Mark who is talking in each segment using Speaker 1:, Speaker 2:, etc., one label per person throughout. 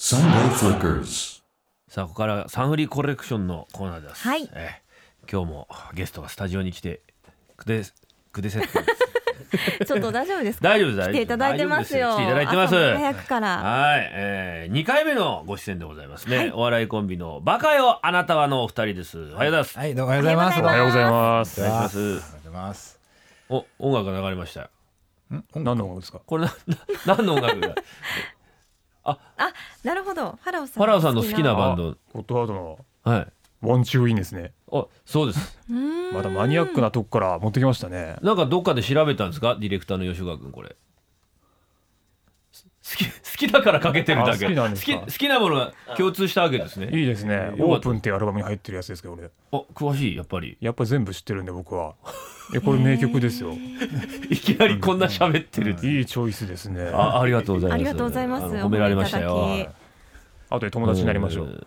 Speaker 1: Sunday Flickers.
Speaker 2: さあここからサンフリーコレクションのコーナーです。
Speaker 3: はい
Speaker 2: ええ今日もゲストがスタジオに来てくでくでせって ます。
Speaker 3: ちょっと大丈夫ですか。
Speaker 2: 大丈夫です。
Speaker 3: 来ていただいてますよ。
Speaker 2: 大丈夫です来ていただいてます。
Speaker 3: 朝も早くから。
Speaker 2: はい、えー、2回目のご出演でございますね、お笑いコンビのバカよあなたはのお二人ですおはようございます、
Speaker 4: はい、どうもおはようございます。
Speaker 3: おはようござい
Speaker 5: ます
Speaker 2: お願いします
Speaker 4: おはようございます。
Speaker 2: お音楽が流れましたよ
Speaker 5: 何の音楽ですか
Speaker 2: これなな何の音 楽だ
Speaker 3: あ、なるほど。ファラオさ
Speaker 2: フ
Speaker 3: ん。
Speaker 2: ァラオさんの好きなバンド
Speaker 5: ゴッドハードの
Speaker 2: はい
Speaker 5: ワンチューインですね
Speaker 2: あそうです
Speaker 3: うーん
Speaker 5: またマニアックなとこから持ってきましたね
Speaker 2: なんかどっかで調べたんですかディレクターの吉岡君これ好き好きだからかけてるだけ
Speaker 5: あ好きなんですか
Speaker 2: 好き好きなものが共通したわけですね
Speaker 5: いいですね
Speaker 2: えー
Speaker 5: オープンっていうアルバムに入ってるやつですけど俺
Speaker 2: あ詳しいやっぱり
Speaker 5: やっぱり全部知ってるんで僕はえこれ名曲で すよ
Speaker 2: いきなりこんな喋ってる
Speaker 5: いいチョイスですねあ
Speaker 2: あありがとうございます
Speaker 3: ありがとうございます。
Speaker 2: あの褒められましたよ
Speaker 3: お褒めいただ
Speaker 5: とで友達になりましょ
Speaker 2: ん
Speaker 5: う。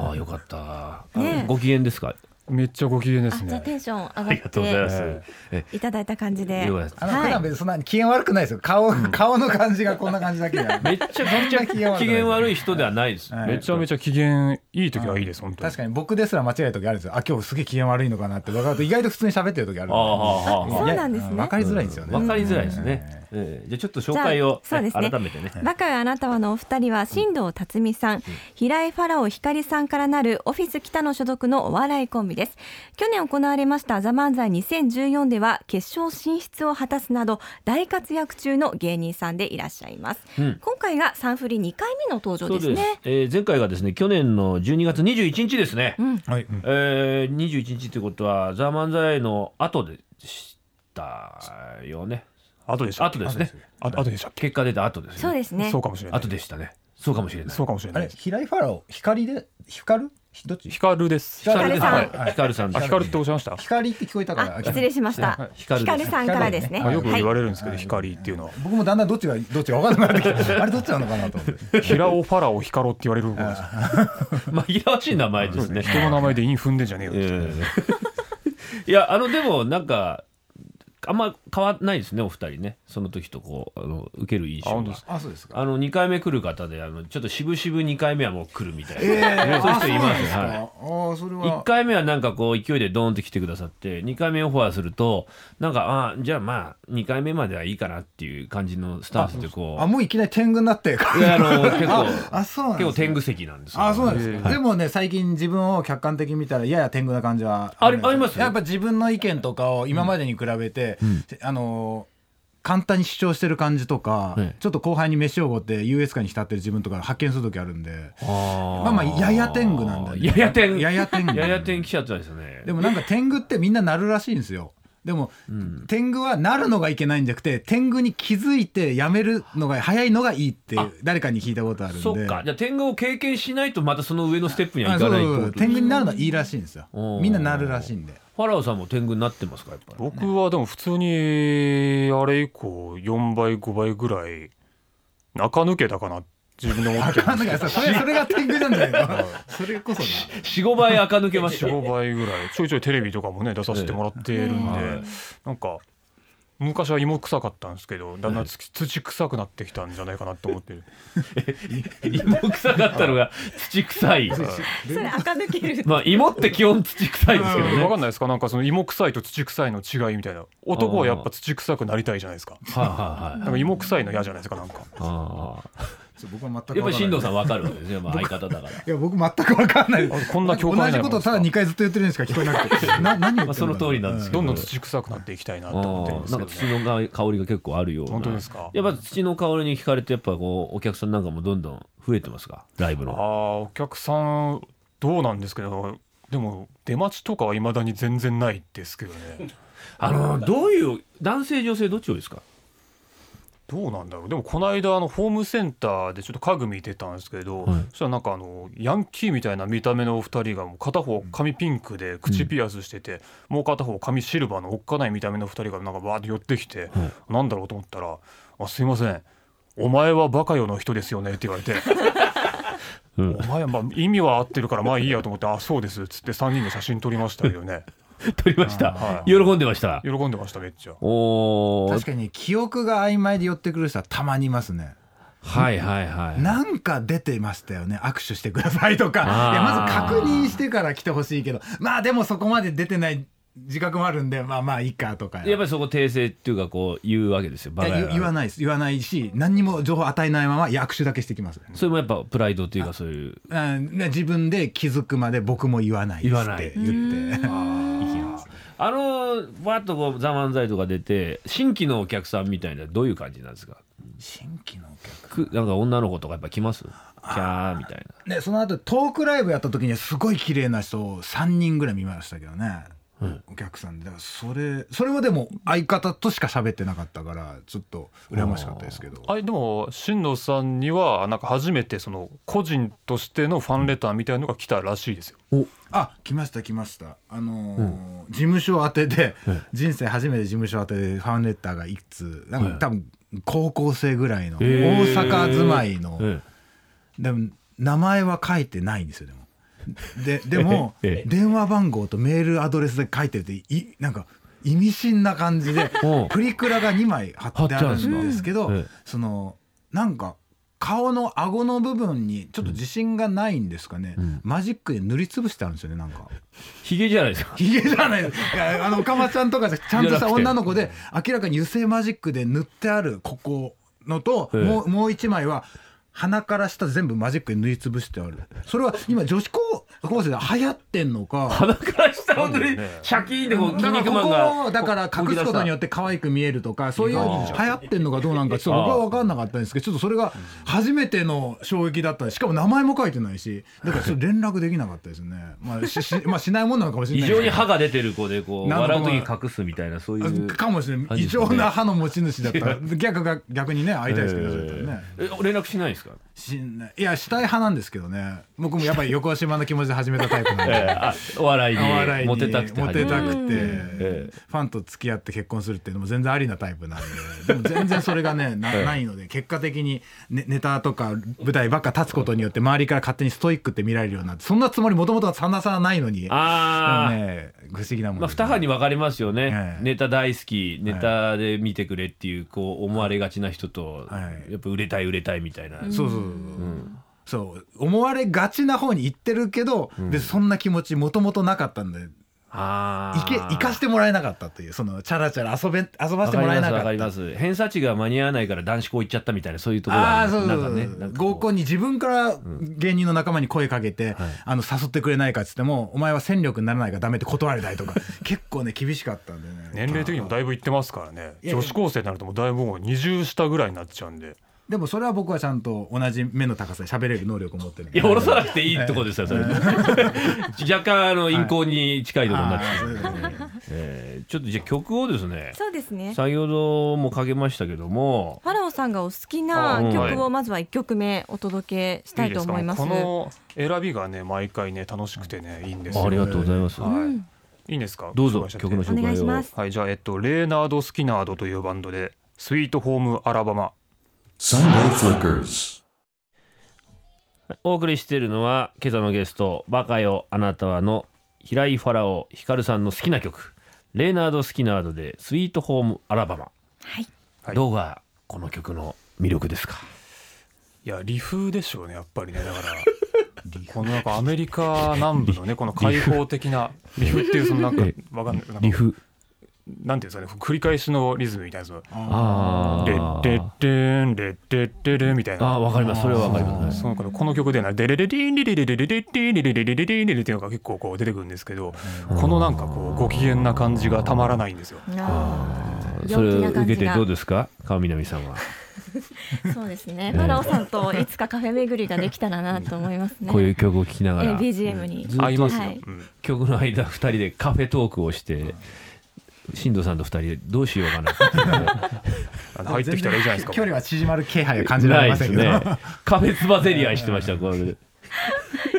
Speaker 2: ああよかった。
Speaker 3: ねえ
Speaker 2: ご機嫌ですか。
Speaker 5: めっちゃご機嫌で
Speaker 3: き
Speaker 5: す
Speaker 3: あ、じゃあテ
Speaker 5: ね
Speaker 3: ンション上
Speaker 2: ありがとうござい
Speaker 3: が
Speaker 2: ま
Speaker 3: っ
Speaker 2: す
Speaker 5: え。
Speaker 2: え
Speaker 3: ていただいた感じで。
Speaker 2: よかった
Speaker 4: あ
Speaker 3: は
Speaker 4: の、
Speaker 3: い
Speaker 4: 普段別にそんなに機嫌悪くないですよ。顔、顔の感じがこんな感じだけで。
Speaker 2: めっちゃめっちゃ
Speaker 4: 機嫌悪い
Speaker 2: 機嫌悪い人ではないです。
Speaker 4: はい
Speaker 5: めちゃめちゃ機嫌いい時はいいです本当に
Speaker 4: 確かに僕ですら間違える時あるんですよ。あ、今日すげえ機嫌悪いのかなって分かると、意外と普通に喋ってる時あるん
Speaker 2: あ
Speaker 4: で。
Speaker 2: あああ
Speaker 4: いや
Speaker 2: ああ。
Speaker 3: そうなんですね
Speaker 4: 分かりづらいんですよね。
Speaker 2: わかりづらいですね。ええじゃあちょっと紹介を
Speaker 3: じゃあそうですね
Speaker 2: 改めてね。
Speaker 3: バカよあなたはのお二人は新藤辰巳さん、平井ファラオ光さんからなるオフィス北野所属のお笑いコンビです去年行われましたザ漫才2014では決勝進出を果たすなど大活躍中の芸人さんでいらっしゃいます、
Speaker 2: ん
Speaker 3: 今回がサンフリ2回目の登場ですね
Speaker 2: ええ前回がですね去年の12月21日ですね。
Speaker 4: はい。
Speaker 2: ええ21日ということはザ漫才の後でしたよね。
Speaker 5: 後でした
Speaker 2: 後ですね。
Speaker 5: あ後でしたっけ
Speaker 2: 結果出た後ですね。
Speaker 3: そうですね
Speaker 5: そうかもしれない
Speaker 2: 後でしたね。そうかもしれない。
Speaker 5: そうかもしれ
Speaker 4: あ
Speaker 5: ない
Speaker 4: れ、
Speaker 5: です
Speaker 4: 平井ファラオ、光で、光るどっち
Speaker 5: 光です
Speaker 2: ヒカル
Speaker 3: 光さん
Speaker 2: ヒカルさんで
Speaker 5: あ
Speaker 2: す。
Speaker 5: 光っておっしゃいました
Speaker 4: 光って聞こえたか
Speaker 3: あ
Speaker 4: ら。
Speaker 3: 失礼しました
Speaker 2: 光です
Speaker 3: 光さんからですね
Speaker 5: あよく言
Speaker 3: は
Speaker 5: わ
Speaker 3: い
Speaker 5: れるんですけど光っていうのは
Speaker 4: 僕もだんだんどっちが、どっちが分かんなくなってきて、あれどっちなのかなと思 って。
Speaker 5: 平尾ファラオヒカロって言われることです
Speaker 2: 紛らわしい名前ですね。
Speaker 5: 人の名前で韻踏んでんじゃねえよって
Speaker 2: ええ いやあのでもなんかあんま変わんないですねお二人ねその時とこうあの受ける印
Speaker 5: あ
Speaker 2: 象
Speaker 5: 本当
Speaker 2: が
Speaker 5: です。
Speaker 4: あ、そうですか。
Speaker 2: あの2回目来る方であのちょっと渋々2回目はもう来るみたいな、
Speaker 4: え
Speaker 2: そういう人います
Speaker 4: あ
Speaker 2: はい
Speaker 4: あ、そ
Speaker 2: 1
Speaker 4: れは。
Speaker 2: 回目はなんかこう勢いでドーンって来てくださって2回目オファーするとなんかあじゃあまあ2回目まではいいかなっていう感じのスタンスでこ
Speaker 4: あ、もういきなり天狗になって。
Speaker 2: ういやあの結 構
Speaker 4: あ、そうな
Speaker 2: 結
Speaker 4: んで
Speaker 2: 構
Speaker 4: すね
Speaker 2: 天狗席なんですよ
Speaker 4: あそうなんですか。でもね、最近自分を客観的に見たら、やや天狗な感じは
Speaker 2: あり
Speaker 4: るんですよ
Speaker 2: あります
Speaker 4: やっぱ自分の意見とかを今までに比べて、あのー簡単に主張してる感じとか、
Speaker 2: はい
Speaker 4: ちょっと後輩に飯をおごって優越感に浸ってる自分とか発見する時あるんで、
Speaker 2: あー
Speaker 4: まあまあやや天狗なんだよね
Speaker 2: やや天狗
Speaker 4: やや天狗
Speaker 2: やや天来ちゃったんですよね
Speaker 4: でもなんか天狗ってみんななるらしいんですよ。でも、天狗はなるのがいけないんじゃなくて天狗に気づいてやめるのが早いのがいいっていう誰かに聞いたことあるんで
Speaker 2: そっかじゃあ天狗を経験しないとまたその上のステップには
Speaker 4: あ
Speaker 2: い
Speaker 4: そ
Speaker 2: か
Speaker 4: う
Speaker 2: ない
Speaker 4: そ
Speaker 2: っ
Speaker 4: う
Speaker 2: て
Speaker 4: そ
Speaker 2: こ
Speaker 4: う
Speaker 2: とで
Speaker 4: 天狗になるのはいいらしいんですよ
Speaker 2: おー
Speaker 4: みんななるらしいんで
Speaker 2: ファラオさんも天狗になってますかやっ ぱり
Speaker 5: 僕はでも普通にあれ以降4倍5倍ぐらい中抜けたかな自分で思 ってる
Speaker 4: あなんかさそれそれが天狗なんじゃ ないのそれこそな
Speaker 2: 45倍垢抜けましたよ
Speaker 5: 45倍ぐらいちょいちょいテレビとかもね出させてもらってるんで、
Speaker 2: え
Speaker 5: なんか昔は芋臭かったんですけどだんだんつ土臭くなってきたんじゃないかなと思ってる
Speaker 2: 芋臭かったのが土臭 い
Speaker 3: それ垢抜け る
Speaker 2: まあ芋って基本土臭いですけどね
Speaker 5: 分かんないですかなんかその芋臭いと土臭いの違いみたいな男はやっぱ土臭くなりたいじゃないですか
Speaker 2: はいはい
Speaker 5: な
Speaker 2: はい
Speaker 5: んか芋臭いの嫌じゃないですかなんか
Speaker 2: あ
Speaker 4: そう僕は全く
Speaker 2: ーやっぱり進藤さん
Speaker 4: ん
Speaker 2: わかるわけですねまあ相方だから
Speaker 4: いや僕全く分かんない
Speaker 5: あこんな境界ない
Speaker 4: 同じことをただ2回ずっと言ってるんですか聞こえなくてな何を言ってるのかな
Speaker 2: まあその通りなんですけ
Speaker 5: どんどん土臭くなっていきたいなと思ってるん
Speaker 2: あ
Speaker 5: で
Speaker 2: ー
Speaker 5: す
Speaker 2: なん
Speaker 5: け
Speaker 2: か
Speaker 5: ど、
Speaker 2: 土
Speaker 5: ね、
Speaker 2: のが香りが結構あるような
Speaker 5: 本当ですか
Speaker 2: やっぱ土の香りに惹かれてやっぱこうお客さんなんかもどんどん増えてますかライブ
Speaker 5: あ
Speaker 2: の
Speaker 5: あお客さんどうなんですけどでも出待ちとかはいまだに全然ないですけどね
Speaker 2: あのどういう男性女性どっち多いですか
Speaker 5: どうなんだろうでもこの間あのホームセンターでちょっと家具見てたんですけど、
Speaker 2: はい
Speaker 5: そしたらなんかあのヤンキーみたいな見た目のお二人がもう片方髪ピンクで口ピアスしてて、もう片方髪シルバーのおっかない見た目の二人がなんかバーッと寄ってきて、なんだろうと思ったら「あすいませんお前はバカよの人ですよね」って言わ れて。
Speaker 2: うん
Speaker 5: お前はまあ意味は合ってるからまあいいやと思って「あそうです」っつって3人で写真撮りましたよね
Speaker 2: 撮りました、
Speaker 5: は い
Speaker 2: 喜んでました
Speaker 5: 喜んでましためっちゃ
Speaker 2: おお
Speaker 4: 確かに記憶が曖昧で寄ってくる人はたまにいますね
Speaker 2: はいはいはい
Speaker 4: なんか出てましたよね握手してくださいとか
Speaker 2: あー
Speaker 4: いやまず確認してから来てほしいけどまあでもそこまで出てない自覚もあるんでまあまあいいかとか
Speaker 2: やっぱりそこ訂正っていうかこう言うわけですよバ
Speaker 4: い
Speaker 2: カ
Speaker 4: や
Speaker 2: 野郎
Speaker 4: 言言わないです言わないし何にも情報与えないままいや握手だけしてきます、
Speaker 2: それもやっぱプライドっていうかそういう
Speaker 4: うんね自分で気づくまで僕も言わないです
Speaker 2: 言わない
Speaker 4: って言って
Speaker 2: あのわっとこう「ザ・漫才とか出て新規のお客さんみたいなどういう感じなんですか
Speaker 4: 新規のお客
Speaker 2: くなんか女の子とかやっぱ来ますキャーみたい
Speaker 4: ね、その後トークライブやった時にはすごい綺麗な人を3人ぐらい見ましたけどね、お客さんでだからそれそれはでも相方としか喋ってなかったからちょっと羨ましかったですけど
Speaker 5: あれでも進藤さんにはなんか初めてその個人としてのファンレターみたいなのが来たらしいですよ。
Speaker 4: あ来ました来ましたあのー事務所宛てで、人生初めて事務所宛てでファンレターが一通なんか、
Speaker 2: ええ
Speaker 4: 多分高校生ぐらいの大
Speaker 2: ええ
Speaker 4: 阪住まいの、
Speaker 2: な、え
Speaker 4: でも名前は書いてないんですよでも。 ででも
Speaker 2: ええ
Speaker 4: 電話番号とメールアドレスで書いてていなんか意味深な感じ で
Speaker 2: うん
Speaker 4: プリクラが2枚貼ってあるんですけ
Speaker 2: 貼
Speaker 4: ど
Speaker 2: ってあるんですか
Speaker 4: そのなんか顔の顎の部分にちょっと自信がないんですかね、マジックで塗りつぶしてあるんですよねなんか。
Speaker 2: ヒゲじゃないですか
Speaker 4: ひげじゃないいやあのおかまちゃん とかじゃちゃんとした女の子で明らかに油性マジックで塗ってあるここのと、
Speaker 2: ええ
Speaker 4: もうもう一枚は鼻から下全部マジックで塗りつぶしてあるそれは今女子高校生で流行ってんのか
Speaker 2: 鼻から下本当に
Speaker 5: ね
Speaker 2: シャキーンでこう
Speaker 4: だ
Speaker 2: 筋
Speaker 4: から
Speaker 2: 肉
Speaker 4: こ
Speaker 2: マン
Speaker 4: こ
Speaker 2: が
Speaker 4: をだから隠すことによ
Speaker 2: っ
Speaker 4: って可愛く見えるとかそういう流
Speaker 5: あ
Speaker 4: 行ってんのかどうなんかちょっと僕は分かんなかったんですけどちょっとそれが初めての衝撃だったんでしかも名前も書いてないしだからちょっと連絡できなかったですね、まあ、ししまあしないもんなのかもしれ
Speaker 2: 異
Speaker 4: ないで
Speaker 2: 常
Speaker 4: すけ
Speaker 2: に
Speaker 4: ど
Speaker 2: 歯が出てる子でこう
Speaker 4: なんか
Speaker 2: 笑う時に隠すみたいなそういう
Speaker 4: かもしれな
Speaker 2: 感
Speaker 4: い
Speaker 2: じ
Speaker 4: 異
Speaker 2: ですよね
Speaker 4: 常な歯の持ち主だったら逆が逆にね会いたいですけど、そういったらね
Speaker 2: えーえ連絡しないんですか
Speaker 4: しんないいやしたい派なんですけどね僕もや っぱり横島な気持ちで始めたタイプなんで。
Speaker 2: あお笑い
Speaker 4: お笑
Speaker 2: に
Speaker 4: いに
Speaker 2: モテたくて
Speaker 4: モテたくて、
Speaker 2: ええ
Speaker 4: ファンと付き合って結婚するっていうのも全然ありなタイプなんででも全然それがねなないので結果的にネネタとか舞台ばっか立つことによって周りから勝手にストイックって見られるようになってそんなつもりもともとはさなさらないのに
Speaker 2: ああ、
Speaker 4: でもね不思議なもん
Speaker 2: まあ、
Speaker 4: です
Speaker 2: 二
Speaker 4: ね
Speaker 2: 派に分かれますよね、
Speaker 4: ええ
Speaker 2: ネタ大好きネタで見てくれっていうこう思われがちな人と、
Speaker 4: はい
Speaker 2: やっぱ売れたい売れたいみたいな、
Speaker 4: そうそうそうそう、そう思われがちな方に行ってるけど、でそんな気持ちもともとなかったんで
Speaker 2: あ
Speaker 4: 行け行かしてもらえなかったというそのチャラチャラ遊べ遊ば
Speaker 2: わ
Speaker 4: せ
Speaker 2: か
Speaker 4: て
Speaker 2: り
Speaker 4: もらえ
Speaker 2: ま
Speaker 4: な
Speaker 2: す
Speaker 4: か
Speaker 2: わかり
Speaker 4: った
Speaker 2: ます偏差値が間に合わないから男子校行っちゃったみたいなそういうところ
Speaker 4: あ
Speaker 2: が
Speaker 4: あそうそうそう、
Speaker 2: なんかねなんかこう
Speaker 4: 合コンに自分から芸人の仲間に声かけて、あの誘ってくれないかっつってもお前は戦力にならないからダメって断れた りとか結構ね厳しかったんでね
Speaker 5: 年齢的にもだいぶいってますからね。
Speaker 4: いや
Speaker 5: 女子高生になるともうだいぶもう20下ぐらいになっちゃうんで。
Speaker 4: でもそれは僕はちゃんと同じ目の高さで喋れる能力を持ってるん
Speaker 2: い
Speaker 4: で
Speaker 2: や下ろさなくていいってことですよそれ若干あの陰行に近いところになっ
Speaker 4: あ
Speaker 2: て
Speaker 4: あ
Speaker 2: し
Speaker 4: そ
Speaker 2: ま
Speaker 4: う
Speaker 2: う
Speaker 4: ですね
Speaker 2: えーちょっとじゃあ曲をですね
Speaker 3: そうですね。
Speaker 2: 先ほどもかけましたけども
Speaker 3: ファラオさんがお好きな
Speaker 5: あうん
Speaker 3: 曲
Speaker 5: は
Speaker 3: をまずは一曲目お届けしたいと思います。
Speaker 5: いいですかこの選びがね毎回ね楽しくてねいいんですよ。
Speaker 2: ありがとうございます、
Speaker 5: はい
Speaker 3: うん
Speaker 5: いいんですか。
Speaker 2: どうぞ
Speaker 5: 紹介しちゃっ
Speaker 2: 曲
Speaker 5: て
Speaker 2: の紹介を
Speaker 3: お願いします
Speaker 5: はいじゃあえっとレーナードスキナードというバンドでスイートホームアラバマ。
Speaker 1: Sunday Flickers.
Speaker 2: お送りしているのは今朝のゲスト「バカよあなたは」の平井ファラオヒカルさんの好きな曲「レーナード・スキナード」で「スイート・ホーム・アラバマ」
Speaker 3: はい。
Speaker 5: はい
Speaker 2: どうがこの曲の魅力ですか
Speaker 5: いやリフでしょうねやっぱりねだからこのなんかアメリカ南部のねこの開放的なリフっていうそのなんか
Speaker 2: え
Speaker 5: わかんないなんか
Speaker 2: リフ
Speaker 5: なんていうんですかね繰り返しのリズムみたいなやつ
Speaker 2: あ
Speaker 5: レッレッレーンレッレッレレみたい
Speaker 2: あ
Speaker 5: な。
Speaker 2: わかりますそれはわかります
Speaker 5: そのこのこの曲でなデレレリンリリリリリリリリリリリリリリリっていうのが結構こう出てくるんですけど、このなんかこうご機嫌な感じがたまらないんですよ。
Speaker 3: あー
Speaker 2: それ
Speaker 3: 陽気
Speaker 2: を
Speaker 3: な
Speaker 2: 受
Speaker 3: 感じ
Speaker 2: けて
Speaker 3: が
Speaker 2: どうですか川南さんは
Speaker 3: そうですね。ファラオさんといつかカフェ巡りができたらなと思います ね。
Speaker 2: こういう曲を聴きな
Speaker 3: え
Speaker 2: が
Speaker 3: ー
Speaker 2: ら
Speaker 3: BGM に
Speaker 2: ずっ
Speaker 5: 合いますよ。
Speaker 3: はい
Speaker 5: うん
Speaker 2: 曲の間2人でカフェトークをして新藤さんと2人でどうしようかな
Speaker 5: あの入ってきたらいいじゃないですか。
Speaker 4: 距離は縮まる気配は 感じられませんけど、
Speaker 2: ないですねカフェつばぜり合いしてましたこれ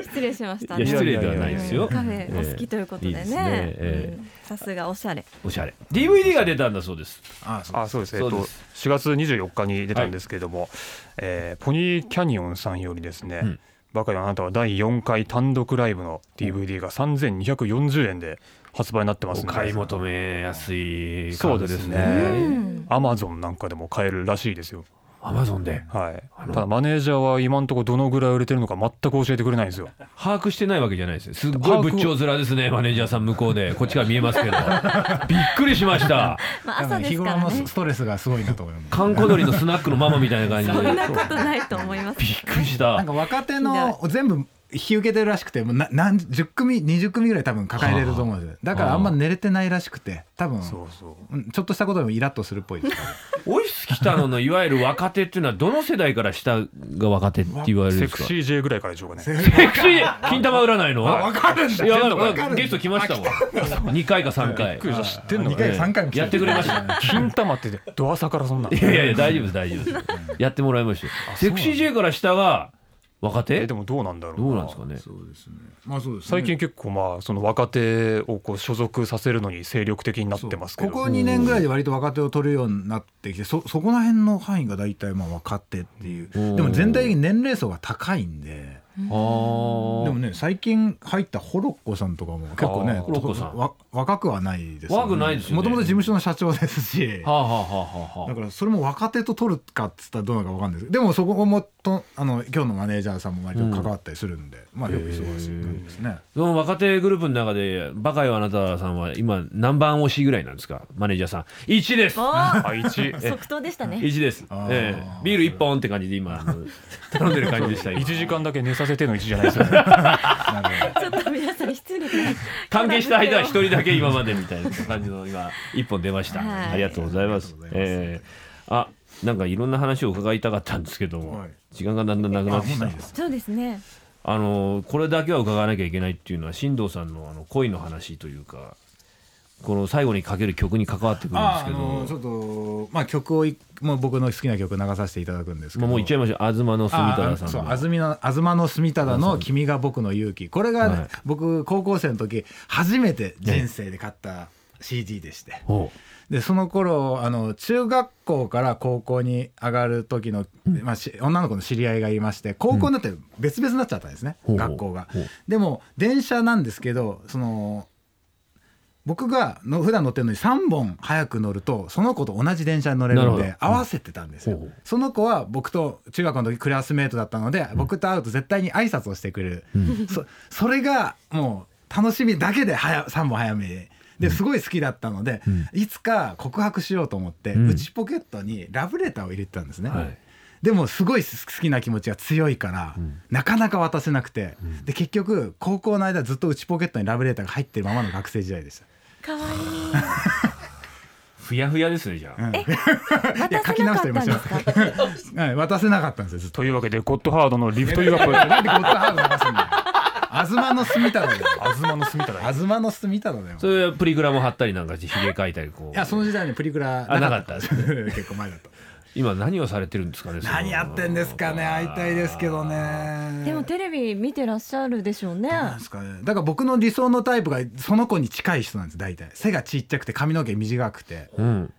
Speaker 3: 失礼しました。
Speaker 2: いや失礼では
Speaker 5: や
Speaker 2: ないですよ。
Speaker 3: カフェお好きということで
Speaker 2: ええいいす
Speaker 3: ね。
Speaker 2: え
Speaker 3: うんさすがおしゃれ。
Speaker 2: えおしゃれ。DVD が出たんだそうです。
Speaker 4: ああそう
Speaker 5: あそうですえっ
Speaker 2: そう
Speaker 5: と
Speaker 2: です
Speaker 5: 4月24日に出たんですけれども、えーポニーキャニオンさんよりですね、
Speaker 2: ん
Speaker 5: バカよあなたは第4回単独ライブの DVD が3240円で発売になってます
Speaker 2: お
Speaker 5: んで
Speaker 2: 買い求めやすい
Speaker 5: そ
Speaker 2: 価
Speaker 5: う
Speaker 2: 格
Speaker 5: で
Speaker 2: ですす
Speaker 5: ね
Speaker 2: ね。
Speaker 5: アマゾンなんかでも買えるらしいですよ
Speaker 2: アマゾンで
Speaker 5: はい、ただマネージャーは今のところどのぐらい売れてるのか全く教えてくれないんですよ。
Speaker 2: 把握してないわけじゃないですねすっごい仏頂面ですねマネージャーさん向こうでこっちから見えますけ どびっくりしました
Speaker 3: まあ
Speaker 4: 多
Speaker 3: 朝
Speaker 4: 分
Speaker 3: で
Speaker 4: 日
Speaker 3: すか
Speaker 4: 頃
Speaker 3: ら
Speaker 4: の
Speaker 3: ね
Speaker 4: ストレスがすごいんだと思います
Speaker 2: 閑古鳥のスナックのママみたいな感じ
Speaker 3: そん
Speaker 2: で
Speaker 3: なことないと思います
Speaker 2: びっくりし
Speaker 4: なん
Speaker 2: た
Speaker 4: か若手
Speaker 3: な
Speaker 4: の全部引き受けてるらしくてもうな何10組20組ぐらい多分抱えれると思うんですよだからあんま寝れてないらしくて多分
Speaker 5: そうそう
Speaker 4: うんちょっとしたことでもイラッとするっぽいですから
Speaker 2: オイスキタノのいわゆる若手っていうのはどの世代から下が若手って言われるんで
Speaker 5: セ
Speaker 2: す
Speaker 5: ク
Speaker 2: か
Speaker 5: シー J ぐらいからでしょうかね。
Speaker 2: セクシー金玉占いの
Speaker 4: わかるんだ
Speaker 2: いやわかるゲスト来ましたもん2回か3
Speaker 5: び
Speaker 2: 回
Speaker 5: っくりした知ってんの
Speaker 4: 二回三回も来てる
Speaker 2: やってくれました
Speaker 5: 金玉ってドアサからそんなの
Speaker 2: いやいやいや大丈夫です大丈夫ですやってもらいましたよセクシー J から下が若手
Speaker 5: えで
Speaker 2: ど
Speaker 5: もどうなんだろう
Speaker 2: うなんですかね
Speaker 4: そうですねまあそうです
Speaker 5: 最近結構まあその若手をこう所属させるのに精力的になってますけど
Speaker 4: ここ2年ぐらいで割と若手を取るようになってきてそそこら辺の範囲が大体まあ若手っていう
Speaker 2: うん
Speaker 4: でも全体的に年齢層が高いんで
Speaker 2: で
Speaker 4: でも
Speaker 2: も
Speaker 4: ね最近入ったホロッコさんとかも結構
Speaker 5: あ
Speaker 4: ね
Speaker 5: ー
Speaker 2: ホロッコさん
Speaker 4: わ若くはないです
Speaker 2: 若くないですよね
Speaker 4: もともと事務所の社長ですし
Speaker 2: はあはあはあは
Speaker 4: だからそれも若手と取るかっつったらどうなのか分かんないですでもそこもとあの今日のマネージャーさんも割と関わったりするんで、まあよく忙しい感じですね。
Speaker 2: その若手グループの中でバカよあなたさんは今何番推しぐらいなんですかマネージャーさん1です
Speaker 3: お
Speaker 5: あ一
Speaker 3: ー即答でしたね
Speaker 2: 1です、
Speaker 4: あー
Speaker 2: ええビール1本って感じで今あ の頼んでる感じでした今
Speaker 5: 一時間だけ寝させての一じゃないです よね
Speaker 4: なるほど
Speaker 3: ちょっと皆さん失礼な
Speaker 2: 関係した間は一人だけ今までみたいな感じの今一本出ました、
Speaker 3: はい
Speaker 2: ありがとうございます
Speaker 4: ありがとうございます
Speaker 2: ええあなんかいろんな話を伺いたかったんですけども、
Speaker 4: はい
Speaker 2: 時間がだんだんなくな
Speaker 4: あ
Speaker 2: って
Speaker 4: もう
Speaker 2: き
Speaker 4: な
Speaker 2: た
Speaker 4: いです
Speaker 3: そうですね
Speaker 2: あのこれだけは伺わなきゃいけないっていうのは新藤さんのあの恋の話というかこの最後にかける曲に関わってくるんで
Speaker 4: あ
Speaker 2: す
Speaker 4: あ
Speaker 2: けど
Speaker 4: のちょっとまあ曲をいもう僕の好きな曲流させていただくんですけ
Speaker 2: ま
Speaker 4: ど
Speaker 2: あ、もう言っちゃいましょう東の住
Speaker 4: あ
Speaker 2: 田
Speaker 4: あそ
Speaker 2: さ
Speaker 4: うん
Speaker 2: の
Speaker 4: 安住の東の住忠の「君が僕の勇気」これがね、
Speaker 2: はい
Speaker 4: 僕高校生の時初めて人生で買った CD でして、
Speaker 2: おう
Speaker 4: でその頃あの中学校から高校に上がる時の、まあ、し女の子の知り合いがいまして高校になって別々になっちゃったんですね、
Speaker 2: ほう
Speaker 4: 学校が
Speaker 2: ほう。
Speaker 4: でも電車なんですけどその僕がの普段乗ってるのに3本早く乗るとその子と同じ電車に乗れるん
Speaker 2: なる
Speaker 4: で
Speaker 2: ほど
Speaker 4: 合わせてたんですよ、
Speaker 2: ほうほう
Speaker 4: その子は僕と中学の時クラスメートだったので、僕と会うと絶対に挨拶をしてくれる、そそれがもう楽しみだけで早3本早めにですごい好きだったので、いつか告白しようと思って、
Speaker 2: うん
Speaker 4: 内ポケットにラブレターを入れてたんですね、
Speaker 2: はい
Speaker 4: でもすごい好きな気持ちが強いから、なかなか渡せなくて、で結局高校の間ずっと内ポケットにラブレターが入ってるままの学生時代でした。
Speaker 3: 可愛い
Speaker 2: ふやふやですねじゃあ、
Speaker 3: 渡
Speaker 4: 書
Speaker 3: せ
Speaker 4: き
Speaker 3: なかっ
Speaker 4: 直し
Speaker 3: てた
Speaker 4: み
Speaker 3: ん
Speaker 4: ま
Speaker 3: で
Speaker 4: し
Speaker 3: す
Speaker 4: ょう
Speaker 3: か
Speaker 4: はい、渡せなかったんですよずっと
Speaker 5: というわけでゴッドハードのリフト
Speaker 4: と
Speaker 5: 誘 惑
Speaker 4: なんでこっちハード流 すんだよ。あずまの住みただよ。
Speaker 5: 東の住みただ
Speaker 4: あずまの住みただよ。
Speaker 2: それはプリクラも貼ったりなんかしてひげ描いたりこ
Speaker 4: いうや、その時代にプリクラ
Speaker 2: あなかった
Speaker 4: 結構前だった。
Speaker 2: 今何をされてるんですかねその
Speaker 4: 何やってんですかね、会いたいですけどね。
Speaker 3: でもテレビ見てらっしゃるでしょうね
Speaker 4: なんですかね。だから僕の理想のタイプがその子に近い人なんです大体背がちっちゃくて髪の毛短くて
Speaker 2: うん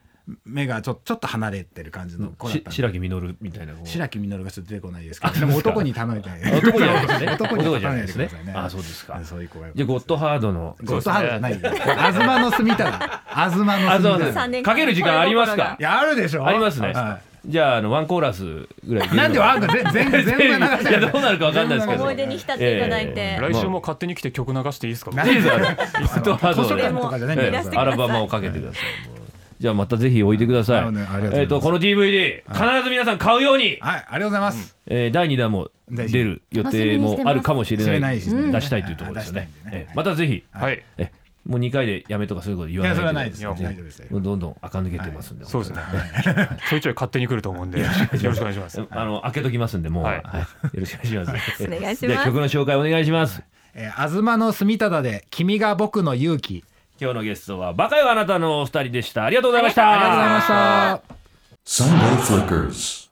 Speaker 4: 目がちょちょっと離れてる感じの子だっ
Speaker 2: した
Speaker 4: んで
Speaker 2: 白木実みたいなこう
Speaker 4: 白木みのるがちょっと出てこないですけ
Speaker 2: あ
Speaker 4: どでも男に頼みたい
Speaker 2: あ男じゃないですね
Speaker 4: 男に
Speaker 2: 男
Speaker 4: 頼
Speaker 2: じゃ
Speaker 4: ま
Speaker 2: な
Speaker 4: ない
Speaker 2: で
Speaker 4: いですくだ
Speaker 2: ね
Speaker 4: さいね
Speaker 2: あそうですか
Speaker 4: そういう子が
Speaker 2: じゃあゴッドハードの
Speaker 4: ゴッドハードじゃないよ。あずまの住みたら。あずまの
Speaker 2: あそ
Speaker 4: 住
Speaker 2: う
Speaker 4: み
Speaker 2: で
Speaker 4: たら。
Speaker 3: 三
Speaker 2: す
Speaker 3: 年
Speaker 2: か
Speaker 3: 間
Speaker 2: ける時間ありますか
Speaker 4: いや、あるでしょ
Speaker 2: ありますね
Speaker 4: は
Speaker 2: じゃああのワンコーラスぐらいいけるの
Speaker 4: いなんでわかんない全 全然流せない
Speaker 2: いやどうなるかわかんないですけど
Speaker 3: 思い出に浸っていただいて、
Speaker 5: 来週も勝手に来て曲流していいですか
Speaker 4: ない
Speaker 2: いですよね
Speaker 4: あ
Speaker 2: ゴッド
Speaker 4: の
Speaker 2: ハード
Speaker 4: 図
Speaker 2: の
Speaker 4: 書館とかじゃないんだ
Speaker 3: いら
Speaker 4: よ
Speaker 3: し
Speaker 4: そ
Speaker 3: てくだ
Speaker 4: れ
Speaker 3: さ
Speaker 2: アルバムをかけてくださいもうじゃあまたぜひおいでください
Speaker 4: なるほどねありがとうございます
Speaker 2: えっとこの DVD 必ず皆さん買うように
Speaker 4: はい、ありがとうございます。
Speaker 2: えー第2弾も出る予定もあるかもしれ
Speaker 4: 知れ
Speaker 2: な
Speaker 4: ないいしね
Speaker 2: 出したいというところですよね
Speaker 4: 出したいんでね
Speaker 2: えーまたぜひ
Speaker 5: はい
Speaker 2: えもう2回でやめとかそういうこと言
Speaker 4: い
Speaker 2: わな
Speaker 4: や、
Speaker 2: い
Speaker 4: それはないです。
Speaker 5: いや
Speaker 4: 大
Speaker 5: もう
Speaker 4: 丈夫です。
Speaker 2: もうどんどん垢抜けてますんで、
Speaker 5: そうですねちょいちょい勝手に来ると思うんでよろしくお願いします
Speaker 2: あの開けときますんでもう、は
Speaker 5: はいい
Speaker 2: よろしくお願いします。
Speaker 3: お願いします
Speaker 2: では曲の紹介お願いします。
Speaker 4: えー、あずまの住みただで、君が僕の勇気。
Speaker 2: 今日のゲストはバカよあなたのお二人でした。ありがとうございました。
Speaker 3: ありがとうございました
Speaker 4: さあ。
Speaker 1: Sunday Flickers.